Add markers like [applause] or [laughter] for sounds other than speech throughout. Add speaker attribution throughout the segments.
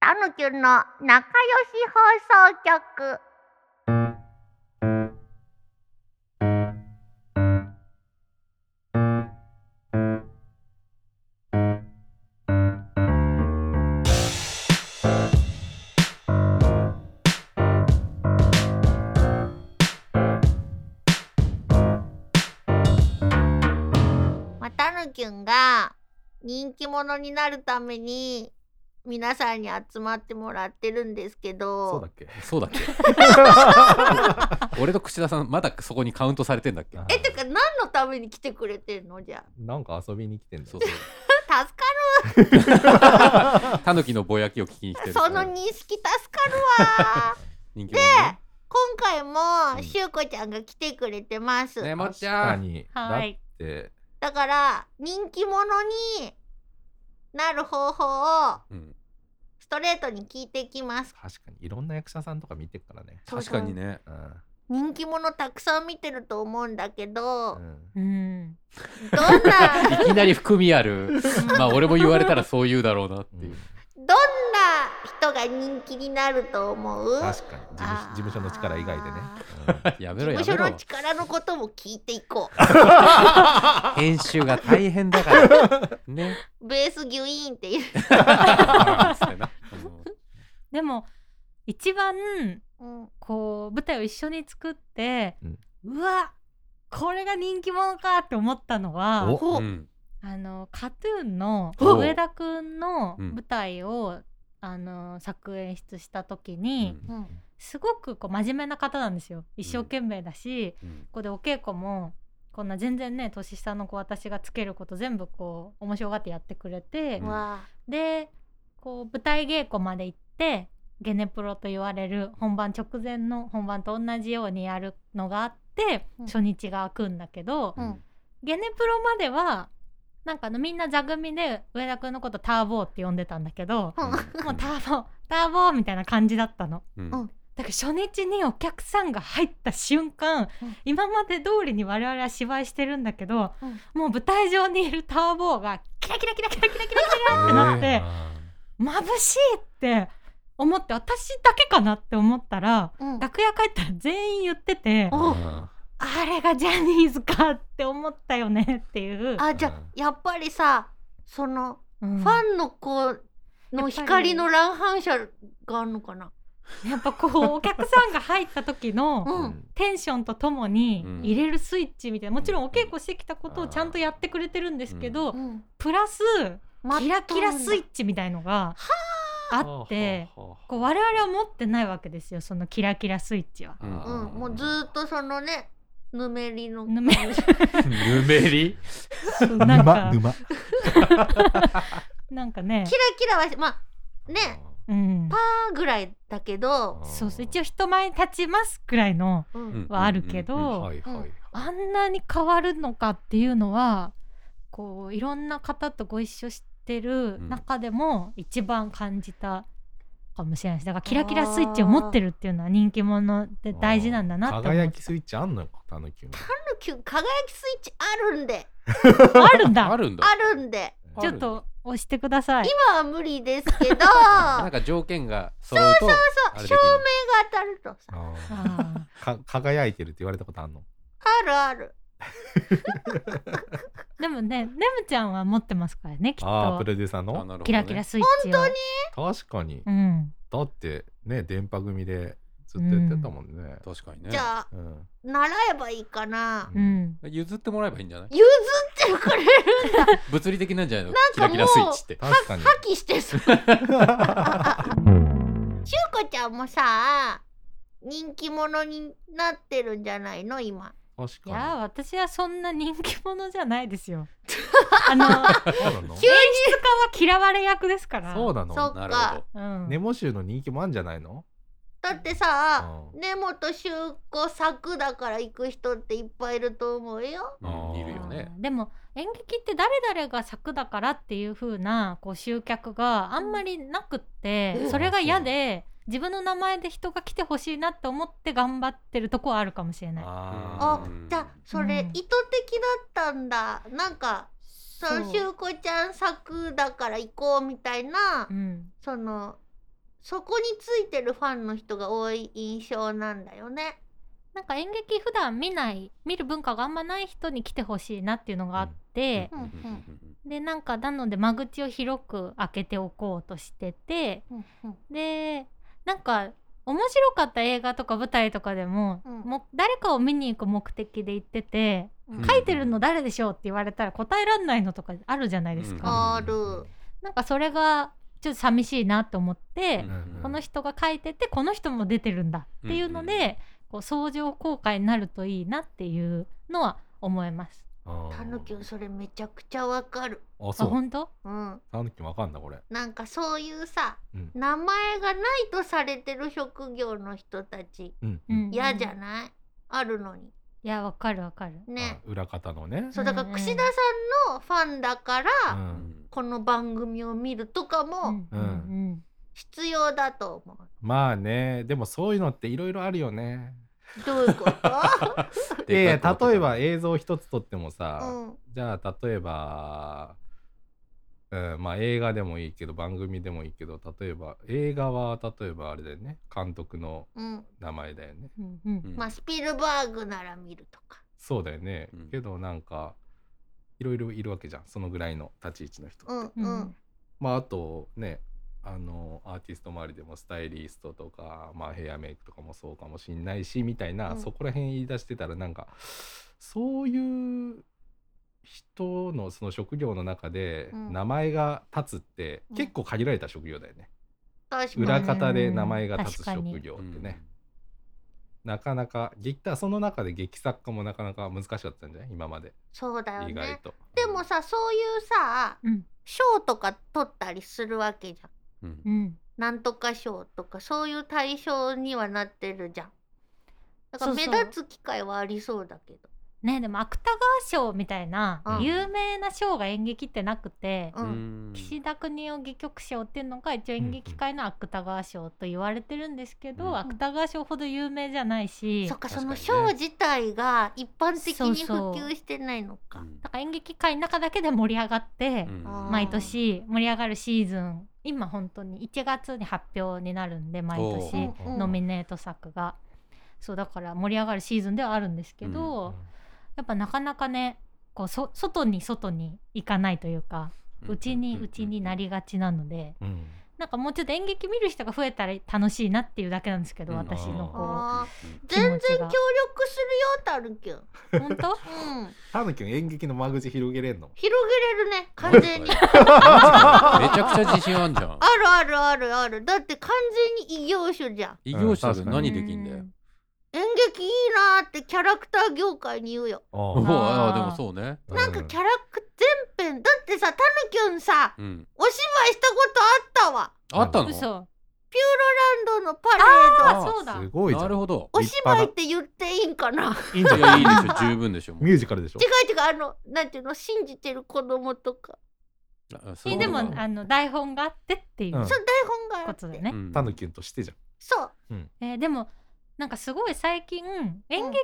Speaker 1: あのきゅんの仲良し放送局。またぬきゅんが人気者になるために皆さんに集まってもらってるんですけ
Speaker 2: そう
Speaker 1: ど
Speaker 2: だっけ
Speaker 3: そうだっけ俺と櫛田さんまだそこにカウントされてんだっけ
Speaker 2: あ
Speaker 1: えてか何のために来てくれてんのじゃ
Speaker 2: なんか遊びに来てんだ
Speaker 3: そう
Speaker 2: よ
Speaker 3: そう
Speaker 1: あ助か
Speaker 3: タヌキのぼやきを聞きに来て
Speaker 1: る
Speaker 3: る
Speaker 1: その認識助かる
Speaker 3: [laughs]
Speaker 1: わ
Speaker 3: 人気者ね
Speaker 1: 今回
Speaker 3: う
Speaker 1: も
Speaker 3: ん
Speaker 1: しゅうこちゃんが来てくれてます、
Speaker 3: ねもっ
Speaker 2: 確
Speaker 3: ちゃ
Speaker 2: か
Speaker 3: ん
Speaker 2: に、
Speaker 4: はい
Speaker 2: だって
Speaker 1: だから人気者になる方法を
Speaker 3: うん
Speaker 1: ストレートに聞いてきます
Speaker 2: 確かにいろんな役者さんとか見てるからね
Speaker 1: そうそ
Speaker 3: 確
Speaker 1: う
Speaker 3: かにね
Speaker 2: う
Speaker 1: 人気者たくさん見てると思うんだけど、
Speaker 2: ん、
Speaker 1: ど
Speaker 4: うん。
Speaker 1: んな
Speaker 3: いきなり含みあるまあ俺も言われたらそう言うだろうなっていう、
Speaker 1: どんな人が人気になると思う
Speaker 2: うん確かに事務
Speaker 1: あー
Speaker 2: 事務所の力以外でね、
Speaker 3: やめろ
Speaker 1: 事
Speaker 3: や
Speaker 1: 務所の
Speaker 3: めろ
Speaker 1: 力のことも聞いていこ
Speaker 3: 編集が大変だから [laughs] ね
Speaker 1: うベースギュイーンっていう、
Speaker 3: あーそうやな
Speaker 4: でも一番
Speaker 1: うん、
Speaker 4: こう舞台を一緒に作って、
Speaker 2: うん
Speaker 4: うわこれが人気者かって思ったの
Speaker 2: う
Speaker 4: は
Speaker 2: ん、お、
Speaker 3: うんうん
Speaker 4: あのカトゥーンの
Speaker 3: お
Speaker 4: 上田くんの
Speaker 3: うん
Speaker 4: 舞台を、あの作演出した時
Speaker 3: う
Speaker 4: に、
Speaker 3: ん
Speaker 1: うん
Speaker 4: すごくこう真面目な方なんですよ一生懸命だし、
Speaker 3: うん
Speaker 4: ここでお稽古もこんな全然ね年下の子私がつけること全部こう面白がってやってくれて、
Speaker 3: うん
Speaker 1: わあ
Speaker 4: でこう舞台稽古まで行ってゲネプロと言われる本番直前の本番と同じようにやるのがあって、
Speaker 1: うん
Speaker 4: 初日が空くんだけど、
Speaker 1: うん
Speaker 4: ゲネプロまではなんかあのみんな座組で上田君のことターボーって呼んでたんだけど、
Speaker 1: うん
Speaker 4: もうターボーターボーみたいな感じだったの。
Speaker 3: うん
Speaker 1: うん
Speaker 4: だから初日にお客さんが入った瞬間、
Speaker 1: うん
Speaker 4: 今まで通りに我々は芝居してるんだけど、
Speaker 1: うん
Speaker 4: もう舞台上にいるターボーがキラキラキラキラキラキラキラってなって、眩しいって思って私だけかなって思ったら
Speaker 1: うん
Speaker 4: 楽屋帰ったら全員言ってて
Speaker 1: お
Speaker 2: うん
Speaker 4: あれがジャニーズかって思ったよねっていう、
Speaker 1: あじゃあ
Speaker 2: うん
Speaker 1: やっぱりさその
Speaker 4: うん
Speaker 1: ファンの子の光の乱反射があるのかな。
Speaker 4: やっぱこうお客さんが入った時の
Speaker 1: う
Speaker 2: うん
Speaker 1: ん。
Speaker 4: テンションとともに
Speaker 3: うん
Speaker 4: 入れるスイッチみたいなもちろんお稽古してきたことをちゃんとやってくれてるんですけ
Speaker 1: う
Speaker 4: ど、
Speaker 1: ん。
Speaker 4: プラスキラキラスイッ
Speaker 1: チ。
Speaker 4: チみたいのがあって
Speaker 2: こ
Speaker 4: こう我々は持ってないわけですよそのキラキラスイッ
Speaker 3: [laughs]
Speaker 4: チは。
Speaker 3: うん
Speaker 1: うん。もうずーっとそのね、ぬめりの。[laughs]
Speaker 4: ぬめ
Speaker 3: ぬめり
Speaker 4: なんか
Speaker 2: 沼
Speaker 4: なんかね
Speaker 1: キラ、キラはしまあね、
Speaker 4: うん、
Speaker 1: パーぐらいだけど、
Speaker 4: そうそう一応人前に立ちますくらいの
Speaker 1: うん
Speaker 3: うん
Speaker 4: はあるけど、
Speaker 3: うんうんうん
Speaker 2: はいはい、
Speaker 4: あんなに変わるのかっていうのはこういろんな方とご一緒してる中でも一番感じたかもしれないですだからキラキラスイッチを持ってるっていうのは人気者で大事なんだなって思
Speaker 2: 輝
Speaker 4: っ
Speaker 2: きスイッチあんのよたぬきは
Speaker 1: タヌキュ輝きスイッチあるんで、
Speaker 4: たあるん
Speaker 3: あ
Speaker 4: だ
Speaker 3: るんだ
Speaker 1: あるんで。
Speaker 4: ちょっと押してください
Speaker 1: 今は無理ですけど、
Speaker 3: なんか条件が揃うと
Speaker 1: そう
Speaker 3: あれできる
Speaker 1: 目が当たるとさ、
Speaker 2: あー
Speaker 4: あ
Speaker 2: か輝いてるって言われたことあんの
Speaker 1: あるある。
Speaker 4: ーでもねねむちゃんは持ってますからねきっ
Speaker 2: ああプ
Speaker 4: と
Speaker 2: ロデューサー
Speaker 3: あ
Speaker 2: の
Speaker 3: なるほどね
Speaker 4: キラキラスイッチを本
Speaker 2: 確かに、
Speaker 4: 当にうん
Speaker 2: だってね電波組でずっとやってたもんね、
Speaker 3: 確かにね
Speaker 1: じゃあ、
Speaker 2: うん
Speaker 1: 習えばいいかな。
Speaker 2: う
Speaker 4: うん
Speaker 3: 譲ってもらえばいいんじゃない
Speaker 1: 譲って [laughs] くれる
Speaker 3: 物理的なんじゃないの
Speaker 1: なん
Speaker 3: キ
Speaker 1: かもう
Speaker 3: ラキラスイッチって
Speaker 2: 確かに
Speaker 1: 破棄してそう。しゅうこちゃんもさ人気者になってるんじゃないの今
Speaker 2: 確
Speaker 4: いやー
Speaker 2: か
Speaker 4: 私はそんな人気者じゃないですよあの
Speaker 2: にそうなの
Speaker 1: 急に
Speaker 4: 演出家は嫌われ役ですから。
Speaker 2: そうなの
Speaker 1: そう
Speaker 3: なるほど
Speaker 4: うん。
Speaker 2: ネモ州の人気もあんじゃないの
Speaker 1: だってさ
Speaker 2: う
Speaker 1: 根本しゅうこ作だから行く人っていっぱいいると思うよ
Speaker 3: うん
Speaker 2: あー
Speaker 3: いるよね
Speaker 4: でも演劇って誰々が作だからっていう風なこう集客があんまりなくって、
Speaker 1: うん
Speaker 4: それが嫌で自分の名前で人が来てほしいなって思って頑張ってるとこはあるかもしれない。
Speaker 1: あ
Speaker 2: あ
Speaker 3: うん
Speaker 1: じゃあそれ意図的だったんだなんかその
Speaker 4: そう
Speaker 1: しゅうこちゃん作だから行こうみたいな
Speaker 4: うん、
Speaker 1: そのそこについてるファンの人が多い印象なんだよね。
Speaker 4: なんか演劇普段見ない見る文化があんまない人に来てほしいなっていうのがあって、
Speaker 1: うん
Speaker 4: でなんかなので間口を広く開けておこうとしててでなんか面白かった映画とか舞台とかでも,、
Speaker 1: うん
Speaker 4: もう誰かを見に行く目的で行ってて
Speaker 1: うん
Speaker 4: 書いてるの誰でしょうって言われたら答えらんないのとかあるじゃないですか、
Speaker 1: ある
Speaker 4: なんかそれがちょっと寂しいなと思って、
Speaker 2: うん
Speaker 4: この人が書いててこの人も出てるんだっていうので、
Speaker 3: うんうん
Speaker 4: こう相乗効果になるといいなっていうのは思います。
Speaker 1: たぬきゅんそれめちゃくちゃわかる。
Speaker 2: あ
Speaker 4: あ
Speaker 2: そう
Speaker 4: 本当
Speaker 1: うん、
Speaker 2: たぬきゅんわかんだこれ
Speaker 1: なんかそういうさ、
Speaker 2: うん
Speaker 1: 名前がないとされてる職業の人たち
Speaker 2: うん
Speaker 4: うん
Speaker 1: 嫌じゃない、あるのに
Speaker 4: いやわかるわかる。
Speaker 1: ね。
Speaker 2: あ裏方のね
Speaker 1: そうだから
Speaker 4: うんうん
Speaker 1: 櫛田さんのファンだから、
Speaker 2: うん
Speaker 1: この番組を見るとか
Speaker 4: う
Speaker 1: も
Speaker 4: んうん
Speaker 1: 必要だと思う。
Speaker 2: まあねでもそういうのっていろいろあるよね
Speaker 1: どういうこと
Speaker 2: いやいや例えば映像一つ撮ってもさ、
Speaker 1: うん
Speaker 2: じゃあ例えば、うん、まあ映画でもいいけど番組でもいいけど例えば映画は例えばあれだよね監督の
Speaker 1: うん
Speaker 2: 名前だよね
Speaker 4: うんうん
Speaker 1: まあスピルバーグなら見るとか。
Speaker 2: そうだよね、
Speaker 3: うん
Speaker 2: けどなんかいろいろいるわけじゃんそのぐらいの立ち位置の人、
Speaker 1: うん
Speaker 4: うん
Speaker 1: うん
Speaker 2: まああとねあのアーティスト周りでもスタイリストとか、まあ、ヘアメイクとかもそうかもしんないしみたいな、
Speaker 1: うん
Speaker 2: そこら辺言い出してたらなんかそういう人のその職業の中で
Speaker 1: うん
Speaker 2: 名前が立つって、
Speaker 1: うん
Speaker 2: 結構限られた職業だよね、
Speaker 1: 確か
Speaker 4: ん
Speaker 1: に。
Speaker 2: 裏方で名前が立
Speaker 4: 確
Speaker 2: つ
Speaker 4: かに
Speaker 2: 職業ってね、なかなか劇だその中で劇作家もなかなか難しかったんじゃない今まで、
Speaker 1: そうだよ
Speaker 2: 意外
Speaker 1: ね。
Speaker 2: と。
Speaker 1: でもさそういうさ
Speaker 4: うん
Speaker 1: 賞とか取ったりするわけじゃん。
Speaker 4: うん
Speaker 1: なんとか賞とかそういう対象にはなってるじゃん。だから
Speaker 4: そう
Speaker 1: 目
Speaker 4: そう
Speaker 1: 立つ機会はありそうだけど。
Speaker 4: ねでも芥川賞みたいな
Speaker 1: うん
Speaker 4: 有名な賞が演劇ってなくて、
Speaker 1: うん
Speaker 4: 岸田国夫戯曲賞っていうのが一応演劇界の芥川賞と言われてるんですけど、
Speaker 3: うん
Speaker 4: 芥川賞ほど有名じゃないし、
Speaker 1: そっか
Speaker 3: 確か
Speaker 1: そ
Speaker 3: に
Speaker 1: の
Speaker 3: ね
Speaker 1: 賞自体が一般的
Speaker 4: そう
Speaker 1: に普
Speaker 4: そう
Speaker 1: 及してないのか。
Speaker 4: だから演劇界の中だけで盛り上がって、毎年盛り上がるシーズン今本当に1月に発表になるんで毎
Speaker 3: う
Speaker 4: 年
Speaker 2: うん
Speaker 4: ノミネート作が、そうだから盛り上がるシーズンではあるんですけど、やっぱなかなかねこうそ外に外に行かないというかうちにうちになりがちなので
Speaker 2: うんうん
Speaker 4: なんかもうちょっと演劇見る人が増えたら楽しいなっていうだけなんですけど
Speaker 3: うん
Speaker 4: 私のこ
Speaker 1: あー
Speaker 4: 気持ちが
Speaker 1: 全然協力するよタルキュン。うん。
Speaker 4: う本当
Speaker 2: たぬきの演劇の間口広げれんの
Speaker 1: 広げれるね完全に。
Speaker 3: めちゃくちゃ自信あんじゃん
Speaker 1: あるあるあるある。だって完全に異業種じゃん。
Speaker 3: 異業種で何できんだよ
Speaker 1: 演劇いいなーってキャラクター業界に言うよ。
Speaker 2: あ
Speaker 3: うわでもそうね
Speaker 1: なんかキャラク全編だってさタヌキュンさ
Speaker 3: うん
Speaker 1: お芝居したことあったわ。
Speaker 3: あったの
Speaker 4: 嘘
Speaker 1: ランドのパレード。
Speaker 4: あそうだ
Speaker 2: すごいじゃ
Speaker 3: なんるほど
Speaker 1: お芝居って言っていいんかな
Speaker 2: いいんじゃ
Speaker 3: いや
Speaker 2: ないい
Speaker 3: いでしょ十分でしょ
Speaker 2: [laughs] ミュージカルでしょ
Speaker 1: 違う違うあのなんていうの信じてる子供とか、
Speaker 4: えでも
Speaker 2: そう
Speaker 4: あの台本があってっていう
Speaker 2: うん
Speaker 1: そう台本があ
Speaker 4: こ
Speaker 1: って
Speaker 4: とでね、
Speaker 2: タヌキとしてじゃん
Speaker 1: そう
Speaker 4: えーでもなんかすごい最近演劇、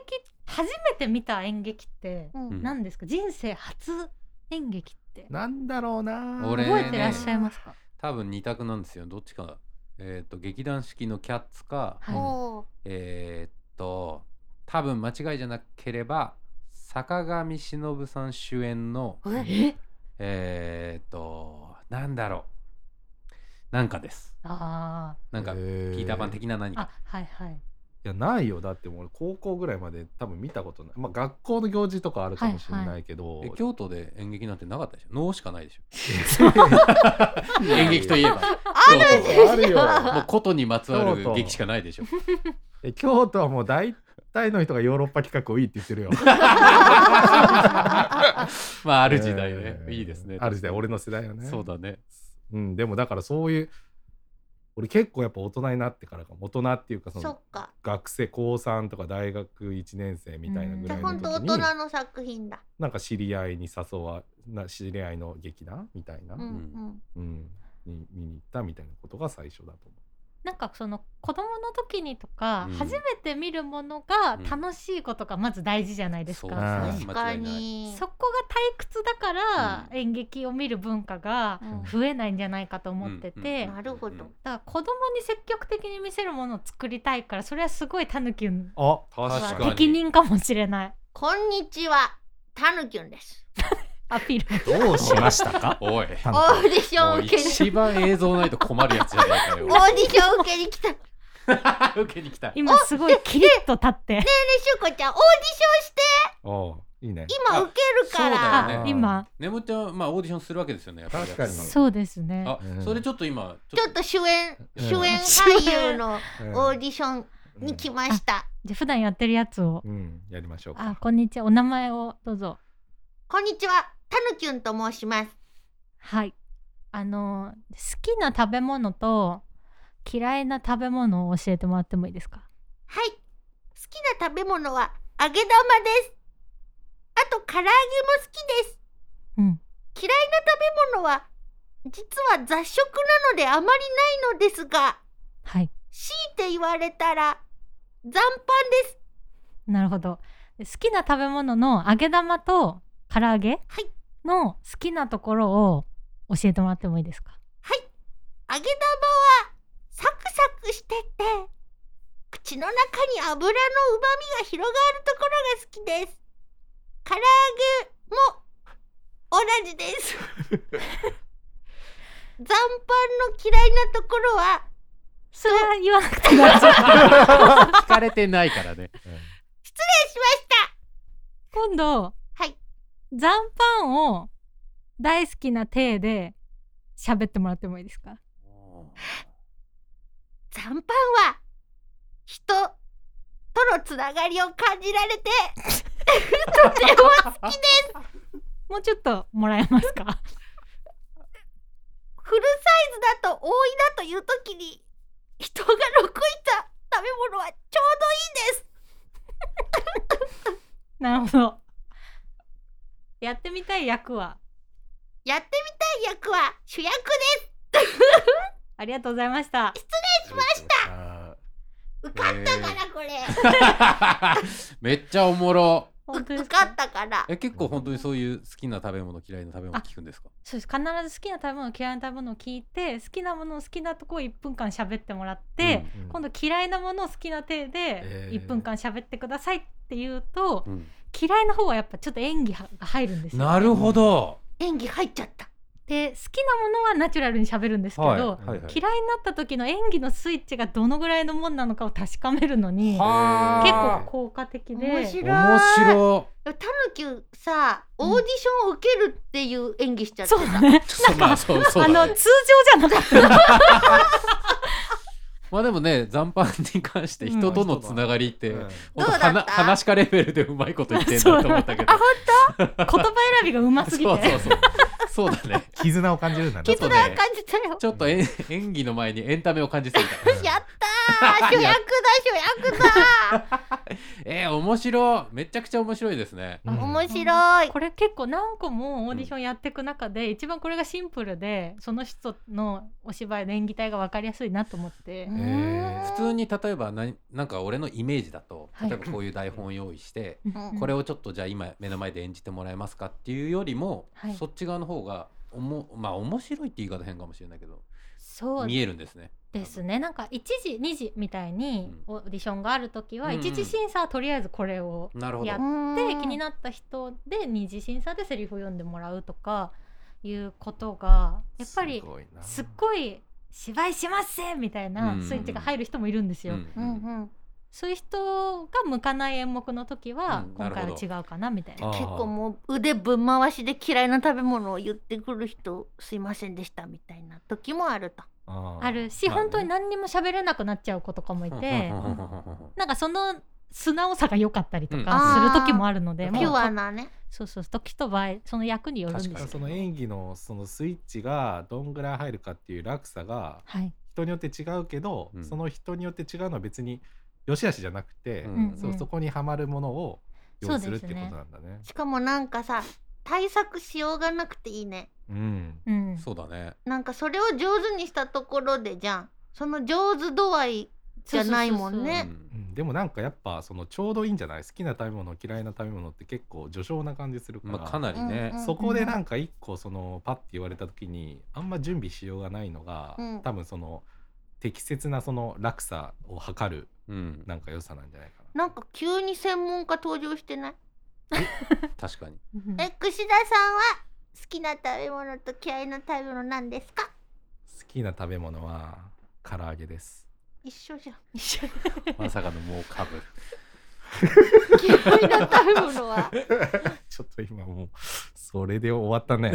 Speaker 4: 初めて見た演劇って
Speaker 1: うん
Speaker 3: うん
Speaker 4: 何ですか人生初演劇って
Speaker 2: なんだろうな
Speaker 3: 俺
Speaker 4: 覚えてらっしゃいますか、
Speaker 3: 多分二択なんですよどっちかえっと劇団四季のキャッツか
Speaker 4: はい
Speaker 1: おー
Speaker 3: えーっと多分間違いじゃなければ坂上忍さん主演の
Speaker 4: え
Speaker 3: えーっとなんだろうなんかです
Speaker 4: あ
Speaker 3: なんかピーターパン
Speaker 2: い
Speaker 3: 的な何
Speaker 4: ーあ
Speaker 3: か
Speaker 4: はいはい
Speaker 2: やないよだってもう俺高校ぐらいまで多分見たことないまあ学校の行事とかあるかもしれないけど
Speaker 3: え京都で演劇なんてなかったでしょ能しかないでしょ
Speaker 4: [laughs]
Speaker 2: いやいや
Speaker 3: 演劇といえば
Speaker 2: 京
Speaker 3: 京
Speaker 2: 都あるよ
Speaker 3: 都もうことにまつわ
Speaker 2: 京
Speaker 3: る
Speaker 2: 都
Speaker 3: 劇しかないでしょ
Speaker 2: え京都はもう大体の人がヨーロッパ企画をいいって言ってるよ
Speaker 3: [laughs] まああ
Speaker 2: あ
Speaker 3: る時代ねいいですね
Speaker 2: ある時代俺の世代よね
Speaker 3: そうだね
Speaker 2: うん、でもだからそういう俺結構やっぱ大人になってからかも大人っていうかそ
Speaker 1: そ
Speaker 2: の
Speaker 1: っか
Speaker 2: 学生高3とか大学1年生みたいなぐ
Speaker 1: じゃ
Speaker 2: ら
Speaker 1: あ
Speaker 2: い
Speaker 1: ほんと大
Speaker 2: の時に
Speaker 1: 人の作品だ
Speaker 2: なんか知り合いに誘わな知り合いの劇団みたいな、
Speaker 1: う
Speaker 2: うんん
Speaker 1: うん
Speaker 2: に見に行ったみたいなことが最初だと思
Speaker 4: なんかその子供の時にとか、
Speaker 3: うん
Speaker 4: 初めて見るものが楽しいことがまず大事じゃないです
Speaker 3: そう
Speaker 4: か。
Speaker 2: あ
Speaker 3: です
Speaker 1: 確
Speaker 3: ね
Speaker 1: か
Speaker 3: 間違いない
Speaker 1: に
Speaker 4: そこが退屈だから、
Speaker 3: う
Speaker 4: 演劇を見る文化が
Speaker 1: うん
Speaker 4: 増えないんじゃないかと思ってて、
Speaker 3: うんうんうん
Speaker 1: なるほど
Speaker 3: うん
Speaker 4: だから子供に積極的に見せるものを作りたいからそれはすごいタヌキュン
Speaker 2: あ
Speaker 3: 確かに
Speaker 4: は適任かもしれない
Speaker 1: こんにちはたぬきゅんです
Speaker 4: アピー
Speaker 3: [laughs]
Speaker 4: ル
Speaker 5: どうしましたか
Speaker 3: おい
Speaker 1: [laughs] オ
Speaker 5: 担当
Speaker 1: ーディション
Speaker 3: もう
Speaker 1: 受けに
Speaker 3: 一番映像ないと困るやつじゃない
Speaker 1: [laughs]
Speaker 3: か
Speaker 1: オー
Speaker 3: よ
Speaker 1: ディション受けに来たね
Speaker 3: 受けに来た
Speaker 4: 今すごいキリッと立って
Speaker 1: えしゅうこちゃんオーディションして
Speaker 2: おういいね
Speaker 1: 今受けるか
Speaker 3: あ
Speaker 1: ら
Speaker 3: そうだよ
Speaker 4: あ
Speaker 2: ね
Speaker 4: 今
Speaker 3: 眠ってはまあオーディションするわけですよねやっぱり
Speaker 2: 確かに
Speaker 4: そうですね
Speaker 3: あ
Speaker 2: うん
Speaker 3: それちょっと今
Speaker 1: ちょっと主演
Speaker 2: うん
Speaker 1: 主演俳優のオーディションに来ました
Speaker 4: じゃあ普段やってるやつを
Speaker 2: うんうんやりましょう
Speaker 4: あ
Speaker 2: か
Speaker 4: こんにちはお名前をどうぞ
Speaker 1: こんにちはたぬきゅんと申します
Speaker 4: はいあの好きな食べ物と嫌いな食べ物を教えてもらってもいいですか
Speaker 1: はい好きな食べ物は揚げ玉ですあと唐揚げも好きです
Speaker 4: うん
Speaker 1: 嫌いな食べ物は実は雑食なのであまりないのですが
Speaker 4: はい
Speaker 1: 強いて言われたら残飯です
Speaker 4: なるほどで好きな食べ物の揚げ玉と唐揚げ
Speaker 1: はい
Speaker 4: の好きなところを教えてもらってもいいですか
Speaker 1: 揚げ玉はサクサクしてて口の中に油のうまみが広がるところが好きです唐揚げも同じです残飯の嫌いなところは
Speaker 4: それは言わなくて大丈夫
Speaker 3: 聞かれてないからね
Speaker 1: 失礼しました
Speaker 4: [laughs] 今度
Speaker 1: はい
Speaker 4: 残飯を大好きな体で喋ってもらってもいいですか
Speaker 1: 残飯は人とのつながりを感じられて
Speaker 4: もうちょっともらえます [laughs] か
Speaker 1: フルサイズだと多いなという時に人が残った食べ物はちょうどいいです
Speaker 4: なるほどやってみたい役は
Speaker 1: やってみたい役は主役です
Speaker 4: ありがとうございました
Speaker 3: しまし
Speaker 2: あ
Speaker 1: 受かったからこれ、
Speaker 3: た [laughs] めっちゃおもろ
Speaker 4: [laughs] 本当
Speaker 1: う
Speaker 4: で
Speaker 1: 受
Speaker 4: す
Speaker 1: かったから
Speaker 3: え結構本当にそういう好きな食べ物嫌いな食べ物聞くんですか
Speaker 4: そうです必ず好きな食べ物嫌いな食べ物を聞いて好きなものを好きなとこを1分間喋ってもらって、
Speaker 2: ーうん
Speaker 4: 今度嫌いなものを好きな体
Speaker 2: え
Speaker 4: で
Speaker 2: ー
Speaker 4: 1分間喋ってくださいって言うと、
Speaker 3: うん
Speaker 4: 嫌いな方はやっぱちょっと演技が入るんですよ
Speaker 3: なるほど
Speaker 1: 演技入っちゃった
Speaker 4: で好きなものはナチュラルに喋るんですけど、
Speaker 2: はいはいはい
Speaker 4: 嫌いになった時の演技のスイッチがどのぐらいのもんなのかを確かめるのに結
Speaker 3: は
Speaker 4: 構効果的
Speaker 1: 面白い
Speaker 4: で
Speaker 3: 面白
Speaker 1: タヌキュさ
Speaker 4: うん
Speaker 1: オーディションを受けるっていう演技しちゃって
Speaker 4: そう
Speaker 1: た、
Speaker 4: だ
Speaker 3: [laughs]
Speaker 4: ね
Speaker 3: そうまあそうそ
Speaker 4: あ
Speaker 3: うだ
Speaker 4: の
Speaker 3: ね
Speaker 4: 通常じゃなかった
Speaker 3: まあでもね残飯に関して人とのつながりって、
Speaker 2: うん
Speaker 3: ほ
Speaker 1: どうだ
Speaker 3: んとは
Speaker 1: った
Speaker 3: な話し家レベルでうまいこと言 [laughs] ってんだと思ったけど
Speaker 4: 言
Speaker 3: [laughs]
Speaker 4: 葉選びがうますぎて
Speaker 3: そうそうそうそうだね
Speaker 5: 絆を感じるんだね
Speaker 3: ちょっとね
Speaker 1: 感じたよ
Speaker 3: ちょっとえん演技の前にエンタメを感じすぎた
Speaker 1: [laughs] やった
Speaker 4: [laughs]
Speaker 1: ー主役だ主役だ
Speaker 3: えー、面白いめちゃくちゃ面白いですね
Speaker 2: うん
Speaker 1: 面白い
Speaker 4: これ結構何個もオーディションやっていく中で、一番これがシンプルでその人のお芝居の演技体が分かりやすいなと思って、
Speaker 1: うーん
Speaker 2: え
Speaker 3: 普通に例えば何なんか俺のイメージだと
Speaker 4: はい
Speaker 3: 例えばこういう台本用意して、
Speaker 1: うん
Speaker 3: これをちょっとじゃあ今目の前で演じてもらえますかっていうよりも、
Speaker 4: はい
Speaker 3: そっち側の方がおもまあ面白いって言い方変かもしれないけど
Speaker 4: そう
Speaker 3: 見えるんですね
Speaker 4: ですねなんか1時2時みたいにオーディションがある時は
Speaker 3: うんうん
Speaker 4: 1次審査はとりあえずこれを
Speaker 3: なるほど
Speaker 4: いやで気になった人で二次審査でセリフを読んでもらうとかいうことがやっぱりすっごい芝居しますせみたいな
Speaker 3: うん
Speaker 4: スイッチが入る人もいるんですよ、
Speaker 3: うん
Speaker 1: う
Speaker 3: うんん
Speaker 1: うん
Speaker 4: そういう人が向かない演目の時は
Speaker 3: うん
Speaker 4: 今
Speaker 3: な
Speaker 4: 回
Speaker 3: る
Speaker 4: は
Speaker 3: ほど
Speaker 4: 違うかなみたいな
Speaker 2: あー
Speaker 1: 結構もう腕ぶん回しで嫌いな食べ物を言ってくる人すいませんでしたみたいな時もあると
Speaker 2: あ
Speaker 4: あ
Speaker 2: ー
Speaker 4: るし、
Speaker 2: まあね
Speaker 4: 本当に何にも喋れなくなっちゃう子とかもいて、
Speaker 3: うんうんうんうん
Speaker 4: なんかその素直さが良かったりと
Speaker 1: う
Speaker 4: か
Speaker 1: ん
Speaker 4: する時もあるの
Speaker 3: あ
Speaker 4: で、
Speaker 3: ー
Speaker 4: もう
Speaker 1: ピュアなね
Speaker 4: そうそう時と場合その役によるんです
Speaker 3: 確
Speaker 4: よ
Speaker 3: かに
Speaker 2: その演技のそのスイッチがどんぐらい入るかっていう落差が
Speaker 4: はい、
Speaker 2: 人によって違うけど、
Speaker 3: うん
Speaker 2: その人によって違うのは別に良し悪しじゃなくて、
Speaker 3: うん
Speaker 4: うんうん
Speaker 2: そうそこにはまるものを用意するってことなんだね。
Speaker 1: しかもなんかさ対策しようがなくていいね
Speaker 2: うん、
Speaker 4: うん、
Speaker 3: そうだね
Speaker 1: なんかそれを上手にしたところでじゃんその上手度合いじゃないもんね
Speaker 3: うん
Speaker 2: うんでもなんかやっぱそのちょうどいいんじゃない好きな食べ物嫌いな食べ物って結構序章な感じするから,、
Speaker 3: まあ、かなりね、
Speaker 1: うんうん
Speaker 2: そこでなんか一個そのパッて言われた時にあんま準備しようがないのが、
Speaker 1: うん
Speaker 2: 多分その適切なその落差を測る
Speaker 3: うん
Speaker 2: なんか良さなんじゃないかな。
Speaker 1: なんか急に専門家登場してない
Speaker 3: 確かに
Speaker 4: うん
Speaker 1: え串田さんは好きな食べ物と嫌いな食べ物なんですか
Speaker 2: 好きな食べ物は唐揚げ
Speaker 4: [laughs]
Speaker 2: です。
Speaker 1: 一緒 [laughs] じゃん
Speaker 3: まさかのもうかぶ
Speaker 1: 嫌いな食べ物 [laughs] は
Speaker 2: ちょっと今もうそれで終わった
Speaker 4: [laughs]
Speaker 2: ね。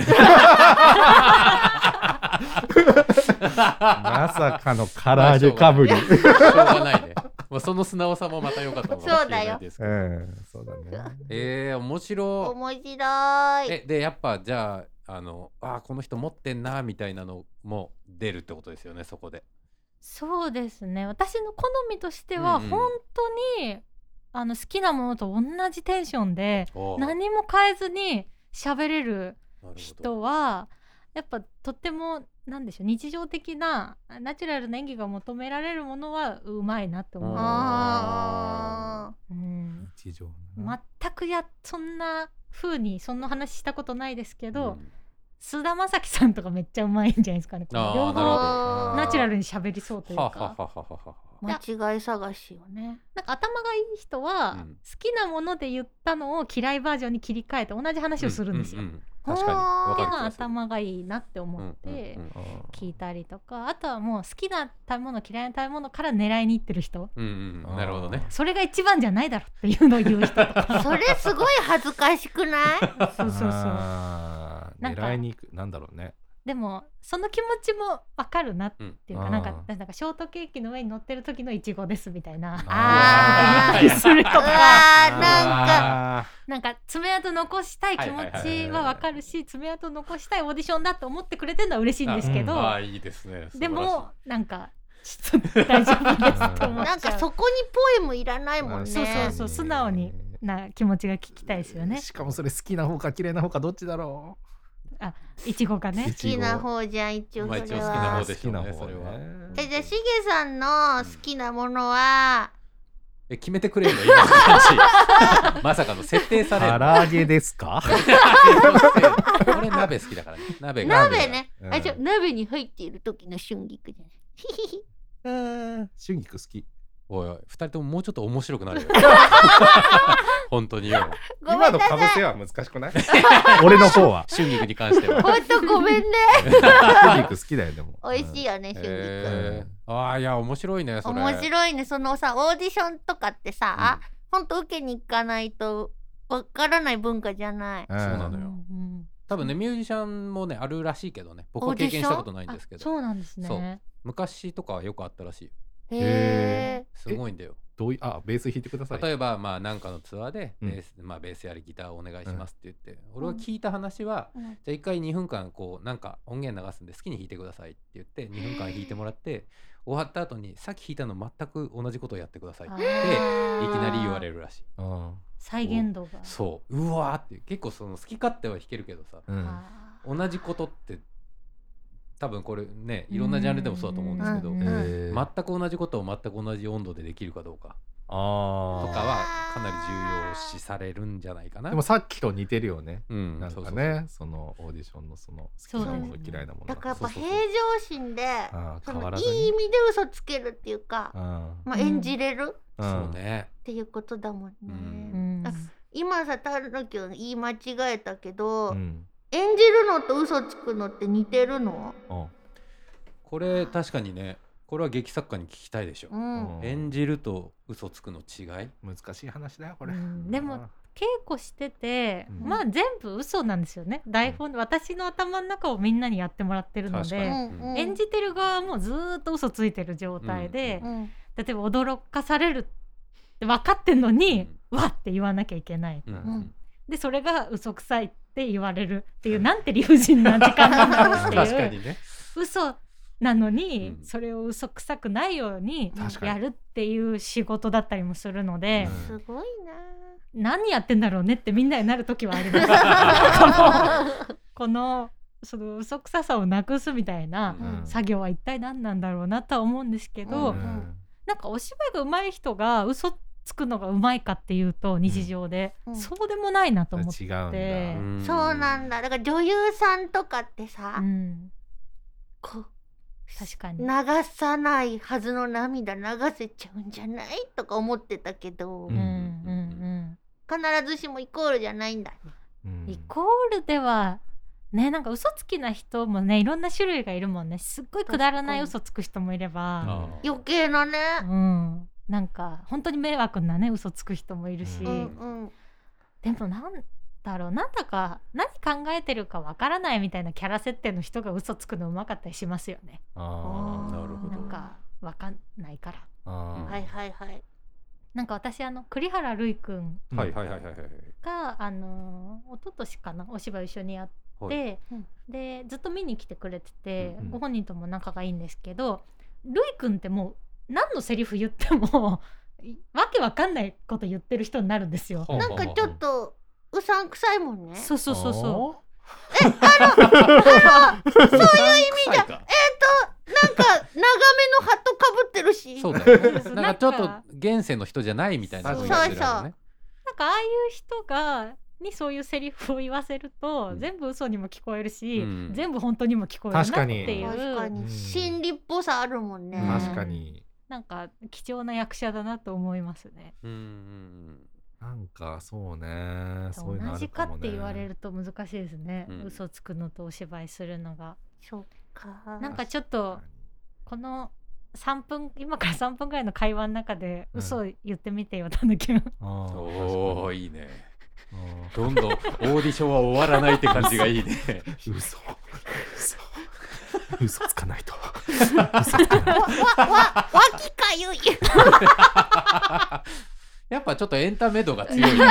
Speaker 2: まさかの唐揚げか
Speaker 4: [laughs]
Speaker 2: ぶり。
Speaker 3: しょうがないね、まあ、その素直さもまた良かったのかもしれないですけ
Speaker 2: う
Speaker 3: ど
Speaker 2: ん、そうだね。
Speaker 3: えー、面白
Speaker 1: 面白
Speaker 3: い
Speaker 1: い
Speaker 3: えでやっぱじゃああのあーこの人持ってんなみたいなのも出るってことですよねそこで
Speaker 4: [laughs] そうですね私の好みとしては
Speaker 3: うんうん
Speaker 4: 本当に、あの好きなものと同じテンションで
Speaker 3: おーなる
Speaker 4: 何も変えずに喋れる
Speaker 3: ほど
Speaker 4: 人はやっぱとってもなんでしょう日常的なナチュラルな演技が求められるものはうまいなって思う、
Speaker 1: あ
Speaker 4: うん
Speaker 2: 日常な
Speaker 4: 全くやそんな風にそんな話したことないですけど、
Speaker 3: うん
Speaker 4: 菅田将暉さんとかめっちゃうまいんじゃないですかねこの
Speaker 3: あーなる
Speaker 4: 両
Speaker 3: ほ
Speaker 4: 方
Speaker 3: ど
Speaker 1: あー
Speaker 4: ナチュラルに喋りそうという
Speaker 3: ははは
Speaker 4: か
Speaker 3: ははは
Speaker 1: 間違い探しよね
Speaker 4: なんか頭がいい人は、
Speaker 3: うん
Speaker 4: 好きなもので言ったのを嫌いバージョンに切り替えて同じ話をするんですよ。
Speaker 3: うう確かにわ
Speaker 1: あー
Speaker 3: かる気
Speaker 4: が
Speaker 3: がする
Speaker 4: 頭がいいなって思って、
Speaker 3: うん
Speaker 2: あー
Speaker 4: 聞いたりとかあとはもう好きな食べ物嫌いな食べ物から狙いに行ってる人
Speaker 3: うんうんうんなるほどね
Speaker 4: それが一番じゃないだろっていうのを言う人とか
Speaker 1: それすごい恥ずかしく
Speaker 3: [laughs]
Speaker 1: ない
Speaker 4: そうそうそう
Speaker 2: あー
Speaker 4: なんか
Speaker 2: 狙いに行くなんだろうね。
Speaker 4: でもその気持ちもわかるなっていうか、
Speaker 2: うん
Speaker 4: なんか
Speaker 2: あ
Speaker 4: なんかショートケーキの上に乗ってる時のイチゴですみたいな
Speaker 1: あー
Speaker 4: 言 [laughs] ったりすると
Speaker 1: うわ
Speaker 4: か
Speaker 1: ーなんか
Speaker 2: か
Speaker 4: なんか爪痕残したい気持ちはわかるし爪痕残したいオーディションだと思ってくれてるのは嬉しいんですけど、
Speaker 3: ああいいですね
Speaker 4: で
Speaker 3: 素晴らしい
Speaker 4: もなんかちょっと大丈夫ですって思っちゃう
Speaker 1: なんかそこにポエムいらないもんね。
Speaker 4: そうそうそう素直にな気持ちが聞きたいですよね
Speaker 2: しかも [laughs] それ好きな方か綺麗な方かどっちだろ
Speaker 4: いちごが
Speaker 2: う。
Speaker 4: ね
Speaker 2: 好
Speaker 1: 好きな方じゃん一応
Speaker 3: まあ
Speaker 1: そ
Speaker 3: 一応
Speaker 1: れ
Speaker 3: 好き
Speaker 1: は。
Speaker 3: な方
Speaker 2: 好
Speaker 3: でしょ
Speaker 2: き
Speaker 3: うね
Speaker 2: な方
Speaker 3: それは
Speaker 2: ね
Speaker 1: えじゃあしげさんの好きなものは、
Speaker 3: え決めてくれるの今の話 [laughs] まさかの設定されるの
Speaker 2: 唐揚げですか
Speaker 4: [laughs]
Speaker 3: 俺鍋好きだからね鍋が
Speaker 1: 鍋ね。
Speaker 2: うん
Speaker 1: あじゃあ鍋に入っている時の春菊じゃない。ひひひ
Speaker 2: うん春菊好き。
Speaker 3: おいおい二人とももうちょっと面白くなるよ [laughs] 本当によ
Speaker 1: ごめんな
Speaker 2: 今の
Speaker 1: さい。
Speaker 2: かぶせは難しくない [laughs] 俺の方は。
Speaker 3: 春菊に関して
Speaker 4: [laughs]
Speaker 3: は
Speaker 1: ほんとごめん
Speaker 3: [laughs]
Speaker 1: ね。
Speaker 2: 春菊好きだよ、でも。
Speaker 1: [laughs] 美味しい
Speaker 2: よ。
Speaker 1: よね春菊。
Speaker 3: えー、ああいや面白いねそれ
Speaker 1: 面白いねそのさオーディションとかってさ、ほんと受けに行かないとわからない文化じゃない。
Speaker 2: そう
Speaker 3: そうな
Speaker 4: う
Speaker 3: の
Speaker 4: ん
Speaker 3: よ
Speaker 4: うん
Speaker 3: 多分ねミュージシャンもねあるらしいけどね僕は経験したことないんですけ
Speaker 4: あそ
Speaker 3: ど
Speaker 4: うなんです
Speaker 3: そう
Speaker 4: ね
Speaker 3: 昔とかはよくあったらしいよ
Speaker 1: へえ
Speaker 2: へ。
Speaker 3: すごいんだよ
Speaker 2: どういあ、ベース弾いてください。
Speaker 3: 例えばまあなんかのツアーで
Speaker 2: うん
Speaker 3: ベース,、まあ、ベースやりギターお願いしますって言って、俺は聞いた話は、
Speaker 1: うん
Speaker 3: じゃあ1回2分間こうなんか音源流すんで好きに弾いてくださいって言って2分間弾いてもらって終わった後にさっき弾いたの全く同じことをやってくださいっていきなり言われるらしい
Speaker 2: うん。
Speaker 4: 再現度が
Speaker 3: そううわーって結構その好き勝手は弾けるけどさ
Speaker 2: うん。
Speaker 4: あー
Speaker 3: 同じことって多分これねいろんなジャンルでもそうだと思うんですけど、
Speaker 4: うん
Speaker 2: えー
Speaker 3: 全く同じことを全く同じ温度でできるかどうかと
Speaker 2: あ
Speaker 3: か
Speaker 2: あ。
Speaker 3: はかなり重要視されるんじゃないかな。
Speaker 2: でもさっきと似てるよね。
Speaker 3: うん、
Speaker 2: なん
Speaker 3: そう
Speaker 2: か
Speaker 3: そうそう
Speaker 2: ね、そのオーディションのその好きなも
Speaker 4: そう
Speaker 2: の
Speaker 4: ですね
Speaker 2: 嫌いなもの
Speaker 1: だ
Speaker 2: が。
Speaker 1: からやっぱ
Speaker 3: そ
Speaker 1: 平
Speaker 3: うそうそう
Speaker 1: 常心で
Speaker 2: あー
Speaker 1: そ
Speaker 2: 変
Speaker 1: の
Speaker 2: わら
Speaker 1: い
Speaker 2: ずに
Speaker 1: い意味で嘘つけるっていうか、
Speaker 2: うん
Speaker 1: まあ、演じれるっ
Speaker 3: そうね。
Speaker 1: ていうことだもんね。
Speaker 4: うん
Speaker 1: あ今さたぬきを言い間違えたけど、
Speaker 2: うん。
Speaker 1: 演じるのと嘘つくのって似てるの、
Speaker 2: うん。
Speaker 3: これ確かにね、これは劇作家に聞きたいでしょ
Speaker 1: う。ん
Speaker 2: うん
Speaker 3: 演じると嘘つくの違い。
Speaker 2: 難しい話だよ、これ
Speaker 4: う。んでも稽古してて、
Speaker 2: うん
Speaker 4: まあ全部嘘なんですよね台本、私の頭の中をみんなにやってもらってるの
Speaker 3: 確か
Speaker 4: で
Speaker 3: に
Speaker 1: うん
Speaker 4: 演じてる側もずーっと嘘ついてる状態で、
Speaker 3: うん
Speaker 1: うん
Speaker 4: 例えば驚かされるって分かってんのに、わって言わなきゃいけない
Speaker 3: うん
Speaker 1: うん
Speaker 4: でそれが嘘くさいって言われるっていうなんて理不尽な時間なんだろうっていう
Speaker 3: [laughs] 確かにね。
Speaker 4: 嘘なのに、
Speaker 3: うん
Speaker 4: それを嘘くさくないように
Speaker 2: 確かに
Speaker 4: やるっていう仕事だったりもするので、
Speaker 1: すごいな
Speaker 4: 何やってんだろうねってみんなになる時はあります
Speaker 1: あ
Speaker 4: このその嘘くささをなくすみたいな
Speaker 1: うん
Speaker 2: うん
Speaker 4: 作業は一体何なんだろうなとは思うんですけど、
Speaker 3: うん
Speaker 4: なんかお芝居が上手い人が嘘つくのが上手いかっていうと日常で、
Speaker 1: うん
Speaker 4: そうでもないなと思って、
Speaker 2: 違うんだ、
Speaker 4: て
Speaker 3: ん
Speaker 1: そうなんだだから女優さんとかってさ、
Speaker 4: うん、
Speaker 1: こう
Speaker 4: 確かに
Speaker 1: 流さないはずの涙流せちゃうんじゃないとか思ってたけど、
Speaker 2: うん
Speaker 4: うんうん
Speaker 1: 必ずしもイコールじゃないんだ
Speaker 2: うん
Speaker 4: うんイコールではねなんか嘘つきな人もねいろんな種類がいるもんねすっごいくだらない嘘つく人もいれば、
Speaker 3: あー
Speaker 1: 余計なね、
Speaker 4: うん、なんか本当に迷惑なね嘘つく人もいるし、
Speaker 1: う
Speaker 3: うんん
Speaker 1: うん、
Speaker 4: でもなんだろうなんだか何考えてるかわからないみたいなキャラ設定の人が嘘つくのうまかったりしますよね
Speaker 2: あ
Speaker 3: なるほど
Speaker 4: なんかわかんないから
Speaker 2: ーあ
Speaker 1: はいはいはい
Speaker 4: なんか私あの栗原るいくん
Speaker 2: ー
Speaker 3: はいはいはいはいはい
Speaker 4: があのー一昨年かなお芝居一緒にやっ
Speaker 3: はい
Speaker 4: て、
Speaker 1: うん
Speaker 4: でずっと見に来てくれてて、
Speaker 2: うんうん
Speaker 4: ご本人とも仲がいいんですけどるいくんってもう何のセリフ言っても [laughs] わけわかんないこと言ってる人になるんですよ。
Speaker 2: ほう
Speaker 1: な
Speaker 2: ほ
Speaker 1: ん
Speaker 2: うほう
Speaker 1: かちょっとうさんくさいもんね
Speaker 4: そうそうそうそう
Speaker 5: そういう意味じゃ
Speaker 1: なんか長めのハットかぶってるし
Speaker 3: そうだよね
Speaker 4: そう
Speaker 3: なんかちょっと現世の人じゃないみたいな
Speaker 5: そう
Speaker 3: 風になってるわけね
Speaker 4: なんかああいう人がにそういうセリフを言わせると、
Speaker 3: うん
Speaker 4: 全部嘘にも聞こえるし、
Speaker 3: うん
Speaker 4: 全部本当にも聞こえるなっ
Speaker 2: 確かに
Speaker 4: てい
Speaker 1: 確か
Speaker 4: う
Speaker 2: う
Speaker 1: に
Speaker 2: ん
Speaker 1: 心理っぽさあるもんね、
Speaker 4: うん
Speaker 2: 確かに
Speaker 4: なんか貴重な役者だなと思いますね。
Speaker 3: うんうん
Speaker 2: なんかそうねそう
Speaker 4: 同
Speaker 2: いうのあ
Speaker 4: じ
Speaker 2: る
Speaker 4: か
Speaker 2: か
Speaker 4: っ
Speaker 2: もね
Speaker 4: て言われると難しいですね、
Speaker 3: うん
Speaker 4: 嘘つくのとお芝居するのが。
Speaker 1: そうか
Speaker 4: なんかちょっとこの3分今から3分ぐらいの会話の中で
Speaker 2: うん
Speaker 4: 嘘言ってみてよたぬきゅん
Speaker 2: あー
Speaker 3: うん
Speaker 2: 確
Speaker 3: お
Speaker 2: か
Speaker 3: ー
Speaker 2: に
Speaker 3: いいね
Speaker 2: あ
Speaker 3: どんどんオーディションは終わらないって感じがいいね
Speaker 2: ー嘘嘘嘘つかない [laughs] と
Speaker 1: わわわわきかゆい
Speaker 3: [laughs] やっぱちょっとエンタメ度が強いね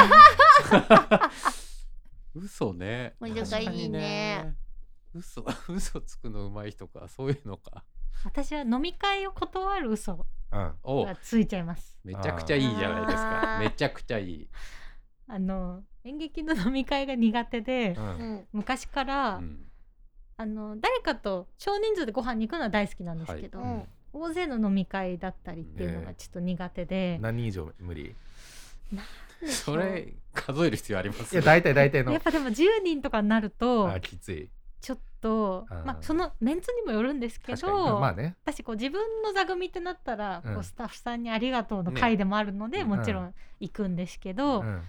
Speaker 3: 嘘ね
Speaker 1: 難しいね
Speaker 3: 確かに嘘 [laughs] 嘘つくのうまい人かそういうのか
Speaker 4: 私は飲み会を断る嘘
Speaker 2: うん
Speaker 3: お
Speaker 4: がついちゃいます
Speaker 3: めちゃくちゃいいじゃないです
Speaker 1: あ
Speaker 3: か
Speaker 1: ー
Speaker 3: めちゃくちゃいい、
Speaker 4: あの演劇の飲み会が苦手で
Speaker 2: う
Speaker 1: うんん
Speaker 4: 昔か
Speaker 3: う
Speaker 4: ら、
Speaker 3: ん
Speaker 4: あの誰かと少人数でご飯に行くのは大好きなんですけど、
Speaker 1: はいうん
Speaker 4: 大勢の飲み会だったりっていうのがちょっと苦手で、
Speaker 2: 何以上無理
Speaker 3: それ数える必要あります
Speaker 2: いや大体大体
Speaker 4: や
Speaker 2: の
Speaker 4: っぱでも10人とかになる
Speaker 2: あ
Speaker 4: と
Speaker 2: ーきつい
Speaker 4: ちょっと
Speaker 2: あー
Speaker 4: まあ、そのメンツにもよるんですけ
Speaker 3: 確かに
Speaker 4: ど、
Speaker 2: まあね
Speaker 4: 私こう自分の座組ってなったら、
Speaker 2: うん
Speaker 4: こうスタッフさんに「ありがとう」の
Speaker 3: ね
Speaker 4: 回でもあるので、
Speaker 3: うん
Speaker 4: もちろん行くんですけど、
Speaker 2: うん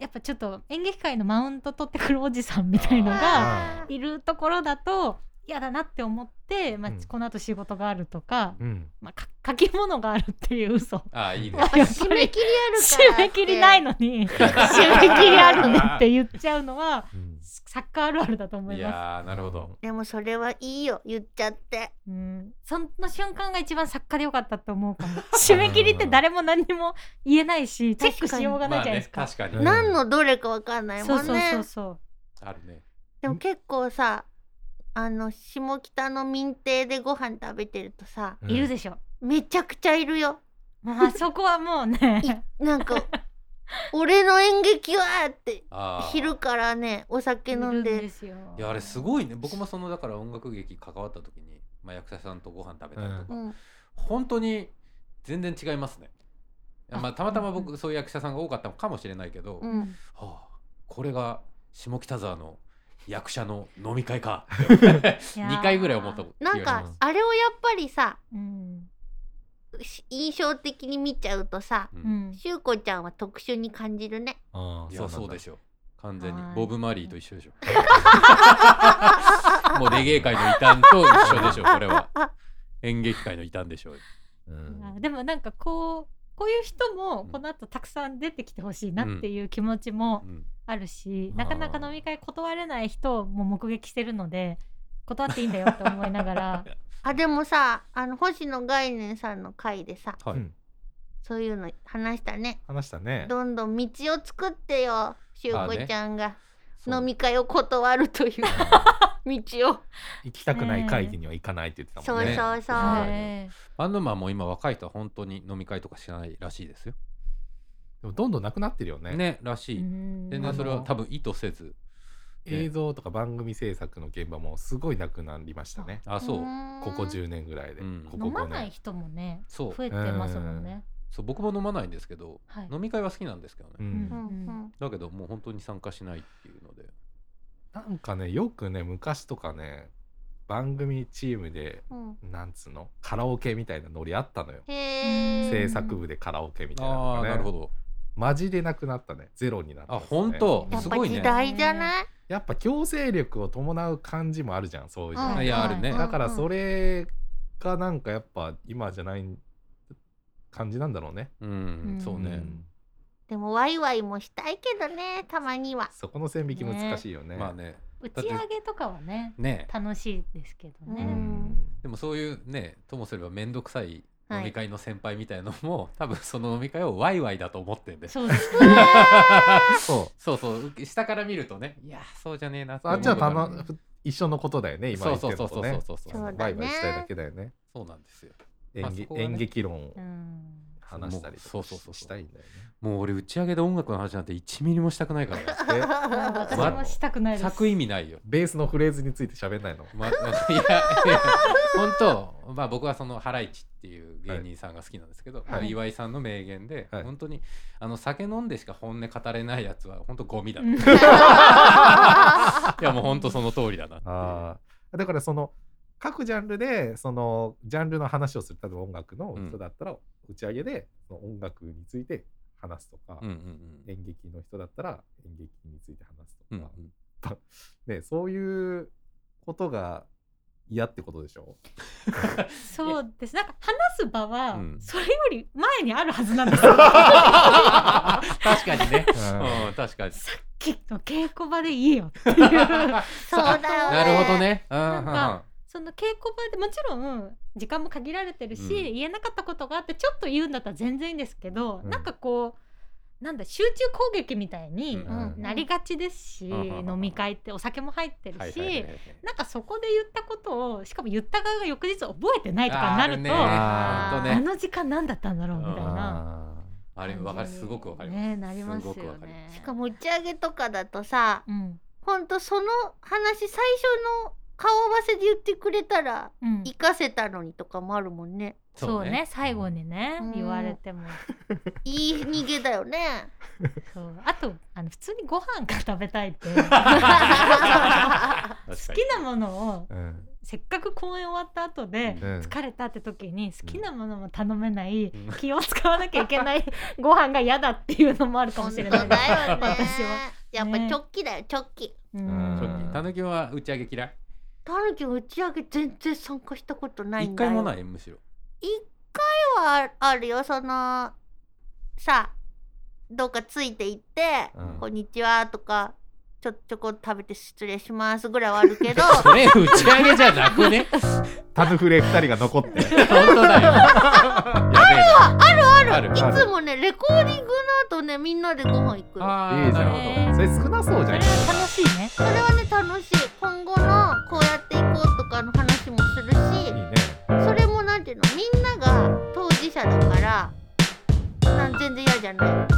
Speaker 4: やっぱちょっと演劇界のマウント取ってくるおじさんみたいのが
Speaker 1: あー
Speaker 4: いるところだと嫌だなって思って、まあ
Speaker 2: うん
Speaker 4: この後仕事があるとか,、
Speaker 2: うん
Speaker 4: まあ、か書き物があるっていう嘘
Speaker 3: ああいいね
Speaker 4: やっぱり
Speaker 1: 締め切りあるから
Speaker 4: 締め切りないのに締め切りあるねって言っちゃうのは
Speaker 2: うん
Speaker 4: サッカーあるあるだと思
Speaker 3: い
Speaker 4: います。
Speaker 3: やーなるほど
Speaker 1: でもそれはいいよ言っちゃって
Speaker 4: うん、その瞬間が一番作家でよかったと思うか
Speaker 3: [laughs]
Speaker 4: も締め切りって誰も何にも言えないしチェックしようがないじゃないですか,、
Speaker 3: まあね、確かに、
Speaker 2: うん
Speaker 1: 何のどれかわかんないもんね
Speaker 4: そうそうそうそう
Speaker 3: あるね
Speaker 1: でも結構さあの下北の民邸でご飯食べてるとさ
Speaker 2: うん
Speaker 4: いるでしょ、
Speaker 1: めちゃくちゃいる [laughs] よ
Speaker 4: まあそこはもうね
Speaker 1: なんか俺の演劇はって
Speaker 3: あー
Speaker 1: 昼からねお酒飲ん
Speaker 4: いる
Speaker 1: で
Speaker 4: ですよ
Speaker 3: いやあれすごいね僕もそのだから音楽劇関わった時に、まあ、役者さんとご飯食べたりとか、
Speaker 1: うん
Speaker 3: 本当に全然違いますねいやまあ、
Speaker 4: あ
Speaker 3: たまたま
Speaker 4: うん
Speaker 3: 僕そういう役者さんが多かったのかもしれないけど、
Speaker 1: う
Speaker 3: は
Speaker 1: ん
Speaker 3: あこれが下北沢の役者の飲み会か
Speaker 4: いやー
Speaker 3: 2回ぐらい思ったこと
Speaker 1: なん
Speaker 2: 違いま
Speaker 1: か
Speaker 2: す
Speaker 1: あれをやっぱりさ
Speaker 4: うん、
Speaker 1: し印象的に見ちゃうとさ
Speaker 3: う、
Speaker 4: うんん、
Speaker 1: しゅうこちゃんは特殊に感じるね
Speaker 2: あー
Speaker 3: いや
Speaker 2: な
Speaker 3: そ
Speaker 2: ん
Speaker 3: う
Speaker 2: だ
Speaker 3: でしょ完全に
Speaker 4: はい
Speaker 3: ボブ・マーリーと一緒でしょ [laughs] もうレゲエ界の異端と一緒でしょこれは演劇界の異端でしょ
Speaker 2: うん
Speaker 4: いやでもなんかこうこういう人も
Speaker 3: うん
Speaker 4: この後たくさん出てきてほしいなっていう気持ちも
Speaker 3: うん
Speaker 4: あるし、
Speaker 2: うん
Speaker 4: なかなか飲み会断れない人も目撃してるので断っていいんだよって思いながら
Speaker 1: あでもさあの星野概念さんの回でさ
Speaker 3: はい、
Speaker 2: うん
Speaker 1: そういうの話したね
Speaker 2: 話したね
Speaker 1: どんどん道を作ってよしゅうこちゃんが
Speaker 3: そう
Speaker 1: 飲み会を断るという道を
Speaker 2: 行きたくない会議には行かないって言ってた
Speaker 1: そ
Speaker 2: も
Speaker 1: うん
Speaker 2: ね
Speaker 1: そうそう、
Speaker 3: [laughs] はい
Speaker 4: ね
Speaker 3: バンドマンも今若い人は本当に飲み会とか知らないらしいですよ。
Speaker 2: でもどんどんなくなってるよね
Speaker 3: ねらしい。
Speaker 4: うん
Speaker 3: 全然それ
Speaker 2: あ
Speaker 3: は
Speaker 2: の
Speaker 3: 多分意図せず
Speaker 2: 映像とか番組制作の現場もすごいなくなりましたね
Speaker 3: あそう
Speaker 2: ここ10年ぐらいで、
Speaker 3: うん
Speaker 2: ここ
Speaker 4: 飲ま
Speaker 2: 5
Speaker 4: ない
Speaker 2: 年
Speaker 4: 人もね
Speaker 3: そう
Speaker 4: 増えてますもんね。
Speaker 3: そう僕も飲まないんですけど、
Speaker 4: はい
Speaker 3: 飲み会は好きなんですけどね、
Speaker 2: う
Speaker 1: うん
Speaker 2: ん、
Speaker 1: うん
Speaker 3: だけどもう本当に参加しないっていうので
Speaker 2: なんかねよくね昔とかね番組チームで
Speaker 1: うん
Speaker 2: なんつうのカラオケみたいなノリあったのよ、
Speaker 1: へ
Speaker 2: 制作部でカラオケみたいなの
Speaker 3: あ
Speaker 2: が
Speaker 3: あ
Speaker 2: ね
Speaker 3: なるほど
Speaker 2: マジでなくなったねゼロになったん
Speaker 3: あ
Speaker 2: ですね、
Speaker 3: 本当
Speaker 1: ーやっ
Speaker 3: す
Speaker 1: ぱ
Speaker 3: ごい
Speaker 1: 時
Speaker 3: ね
Speaker 1: 代じゃない
Speaker 2: やっぱ強制力を伴う感じもあるじゃんそういうの、
Speaker 1: はい
Speaker 3: やあるね
Speaker 2: だからそ
Speaker 1: れ
Speaker 2: れがなんかやっぱ今じゃない感じなんだろうね。
Speaker 3: うん、
Speaker 4: うん
Speaker 3: そうね、
Speaker 2: うん
Speaker 1: でもワイワイもしたいけどねたまには
Speaker 2: そこの線引き難しいよね。
Speaker 3: まあね
Speaker 4: 打ち上げとかはね
Speaker 3: ね
Speaker 4: 楽しいですけど
Speaker 2: う
Speaker 4: ね。
Speaker 2: ん
Speaker 3: でもそういうねともすれば面倒くさい
Speaker 1: はい
Speaker 3: 飲み会の先輩みたいのも、多分その飲み会をワイワイだと思ってんで
Speaker 4: そうです
Speaker 2: そ
Speaker 3: [laughs] そうそうう下から見るとねいやそうじゃねえなって
Speaker 2: う。あ
Speaker 3: 思
Speaker 2: っ
Speaker 3: う
Speaker 2: ちは
Speaker 3: こ
Speaker 2: た
Speaker 3: とある
Speaker 2: ま一緒のことだよね今
Speaker 3: そ
Speaker 2: 言っ
Speaker 3: う
Speaker 2: て
Speaker 3: そう
Speaker 2: る
Speaker 3: そ
Speaker 2: の
Speaker 3: う
Speaker 2: とね。
Speaker 3: そうそうそう
Speaker 1: そうだね
Speaker 2: バイバイしたいだけだよね。
Speaker 3: そうなんですよまあ
Speaker 2: 演
Speaker 3: そ
Speaker 2: 劇
Speaker 3: こはね
Speaker 2: 演劇論を
Speaker 3: [laughs]
Speaker 4: うん
Speaker 2: 話したりと
Speaker 3: もうそう
Speaker 2: か
Speaker 3: そうそうそう
Speaker 2: したいんだよ
Speaker 3: もう俺打ち上げで音楽の話なんて1ミリもしたくないから
Speaker 2: ね。え
Speaker 4: あー私もしたくない
Speaker 3: ね
Speaker 4: です。
Speaker 3: 咲く意味ないよ
Speaker 2: ベースのフレーズについて喋んないの。
Speaker 3: ま、 [laughs] まいやいや本当、まあ、僕はそのハライチっていう芸人さんが好きなんですけど、
Speaker 2: はい
Speaker 3: 岩井さんの名言で、
Speaker 2: はい
Speaker 3: 本当にあの酒飲んでしか本音語れないやつは本当ゴミだ、
Speaker 4: うん
Speaker 3: いやもう本当その通りだなっていう
Speaker 2: ああだからその各ジャンルでそのジャンルの話をする例えば音楽の
Speaker 3: うん
Speaker 2: 人だったら打ち上げでその音楽について話すとか、
Speaker 3: うんうん
Speaker 2: 演劇の人だったら演劇について話す
Speaker 3: う
Speaker 2: と
Speaker 3: んうん
Speaker 2: か、ねそういうことが嫌ってことでしょ
Speaker 4: そうです。なんか話す場は
Speaker 3: うん
Speaker 4: それより前にあるはずな
Speaker 3: [laughs]
Speaker 4: んですよ。
Speaker 3: 確かにね、
Speaker 2: うん
Speaker 3: うん、確
Speaker 4: [laughs]
Speaker 3: かに
Speaker 4: さっきの稽古場でいいよっ
Speaker 3: [laughs]
Speaker 4: ていう
Speaker 1: そうだよね
Speaker 3: なるほどねうん
Speaker 4: んかその稽古場でもちろん時間も限られてるし、
Speaker 3: うん
Speaker 4: 言えなかったことがあってちょっと言うんだったら全然いいんですけど、
Speaker 2: うん
Speaker 4: なんかこうなんだ集中攻撃みたいに
Speaker 3: うん
Speaker 1: うん
Speaker 4: なりがちですし、
Speaker 3: うん
Speaker 4: 飲み会ってお酒も入ってるし、
Speaker 3: はいはいはいはい
Speaker 4: なんかそこで言ったことをしかも言った側が翌日覚えてないとかになるとあ
Speaker 2: あ
Speaker 3: あるねほんとね
Speaker 4: の時間何だったんだろうみたいな
Speaker 3: あれわかるすごくわかります、
Speaker 4: ねなりますよ
Speaker 3: すごくわかる
Speaker 4: ね
Speaker 1: しかも打ち上げとかだとさ
Speaker 4: うん
Speaker 1: ほんとその話最初の顔合わせで言ってくれたら
Speaker 4: うん
Speaker 1: 活かせたのにとかもあるもんね
Speaker 4: そうね最後にね、
Speaker 1: うん
Speaker 4: 言われても [laughs]
Speaker 1: いい逃げだよね
Speaker 4: そうあとあの普通にご飯が食べたいって好
Speaker 3: 好
Speaker 4: きなものを
Speaker 2: うん
Speaker 4: せっかく公演終わった後で
Speaker 2: うん
Speaker 4: 疲れたって時に好きなものも頼めない
Speaker 3: うん
Speaker 4: 気を使わなきゃいけない [laughs] ご飯が嫌だっていうのもあるかも
Speaker 1: 本
Speaker 4: し
Speaker 1: 当
Speaker 4: れ
Speaker 1: だ
Speaker 4: ない
Speaker 1: よね
Speaker 4: です私は
Speaker 1: やっぱチョッキだよチョッキ
Speaker 4: うん
Speaker 2: そうね
Speaker 3: たぬきは打ち上げ嫌い
Speaker 1: たぬき打ち上げ全然参加したことない
Speaker 3: 一
Speaker 1: んだよ
Speaker 3: 回もないむしろ
Speaker 1: 一回はああるよそのさどうかついていって「
Speaker 2: うん
Speaker 1: こんにちは」とか「ちょちょこっと食べて失礼します」ぐらい [laughs] はあるけど
Speaker 3: それ打ち上げじゃなくね
Speaker 2: タヌフレ2人が残って
Speaker 3: 本当だよあるあるある
Speaker 1: い
Speaker 2: ある
Speaker 1: つもねレコーディングの後ねみんなでご飯行くよ
Speaker 3: あー
Speaker 2: いいじ
Speaker 3: なる
Speaker 2: ゃ
Speaker 3: ほど
Speaker 4: ね
Speaker 2: んそれ少なそうじ
Speaker 4: [laughs]
Speaker 2: ゃん
Speaker 4: 楽しいね
Speaker 1: それはね楽しい今後のこうやっていこうとかの話もするし
Speaker 2: いいね
Speaker 1: それもなんていうのみんなが当事者だからなん全然嫌じゃない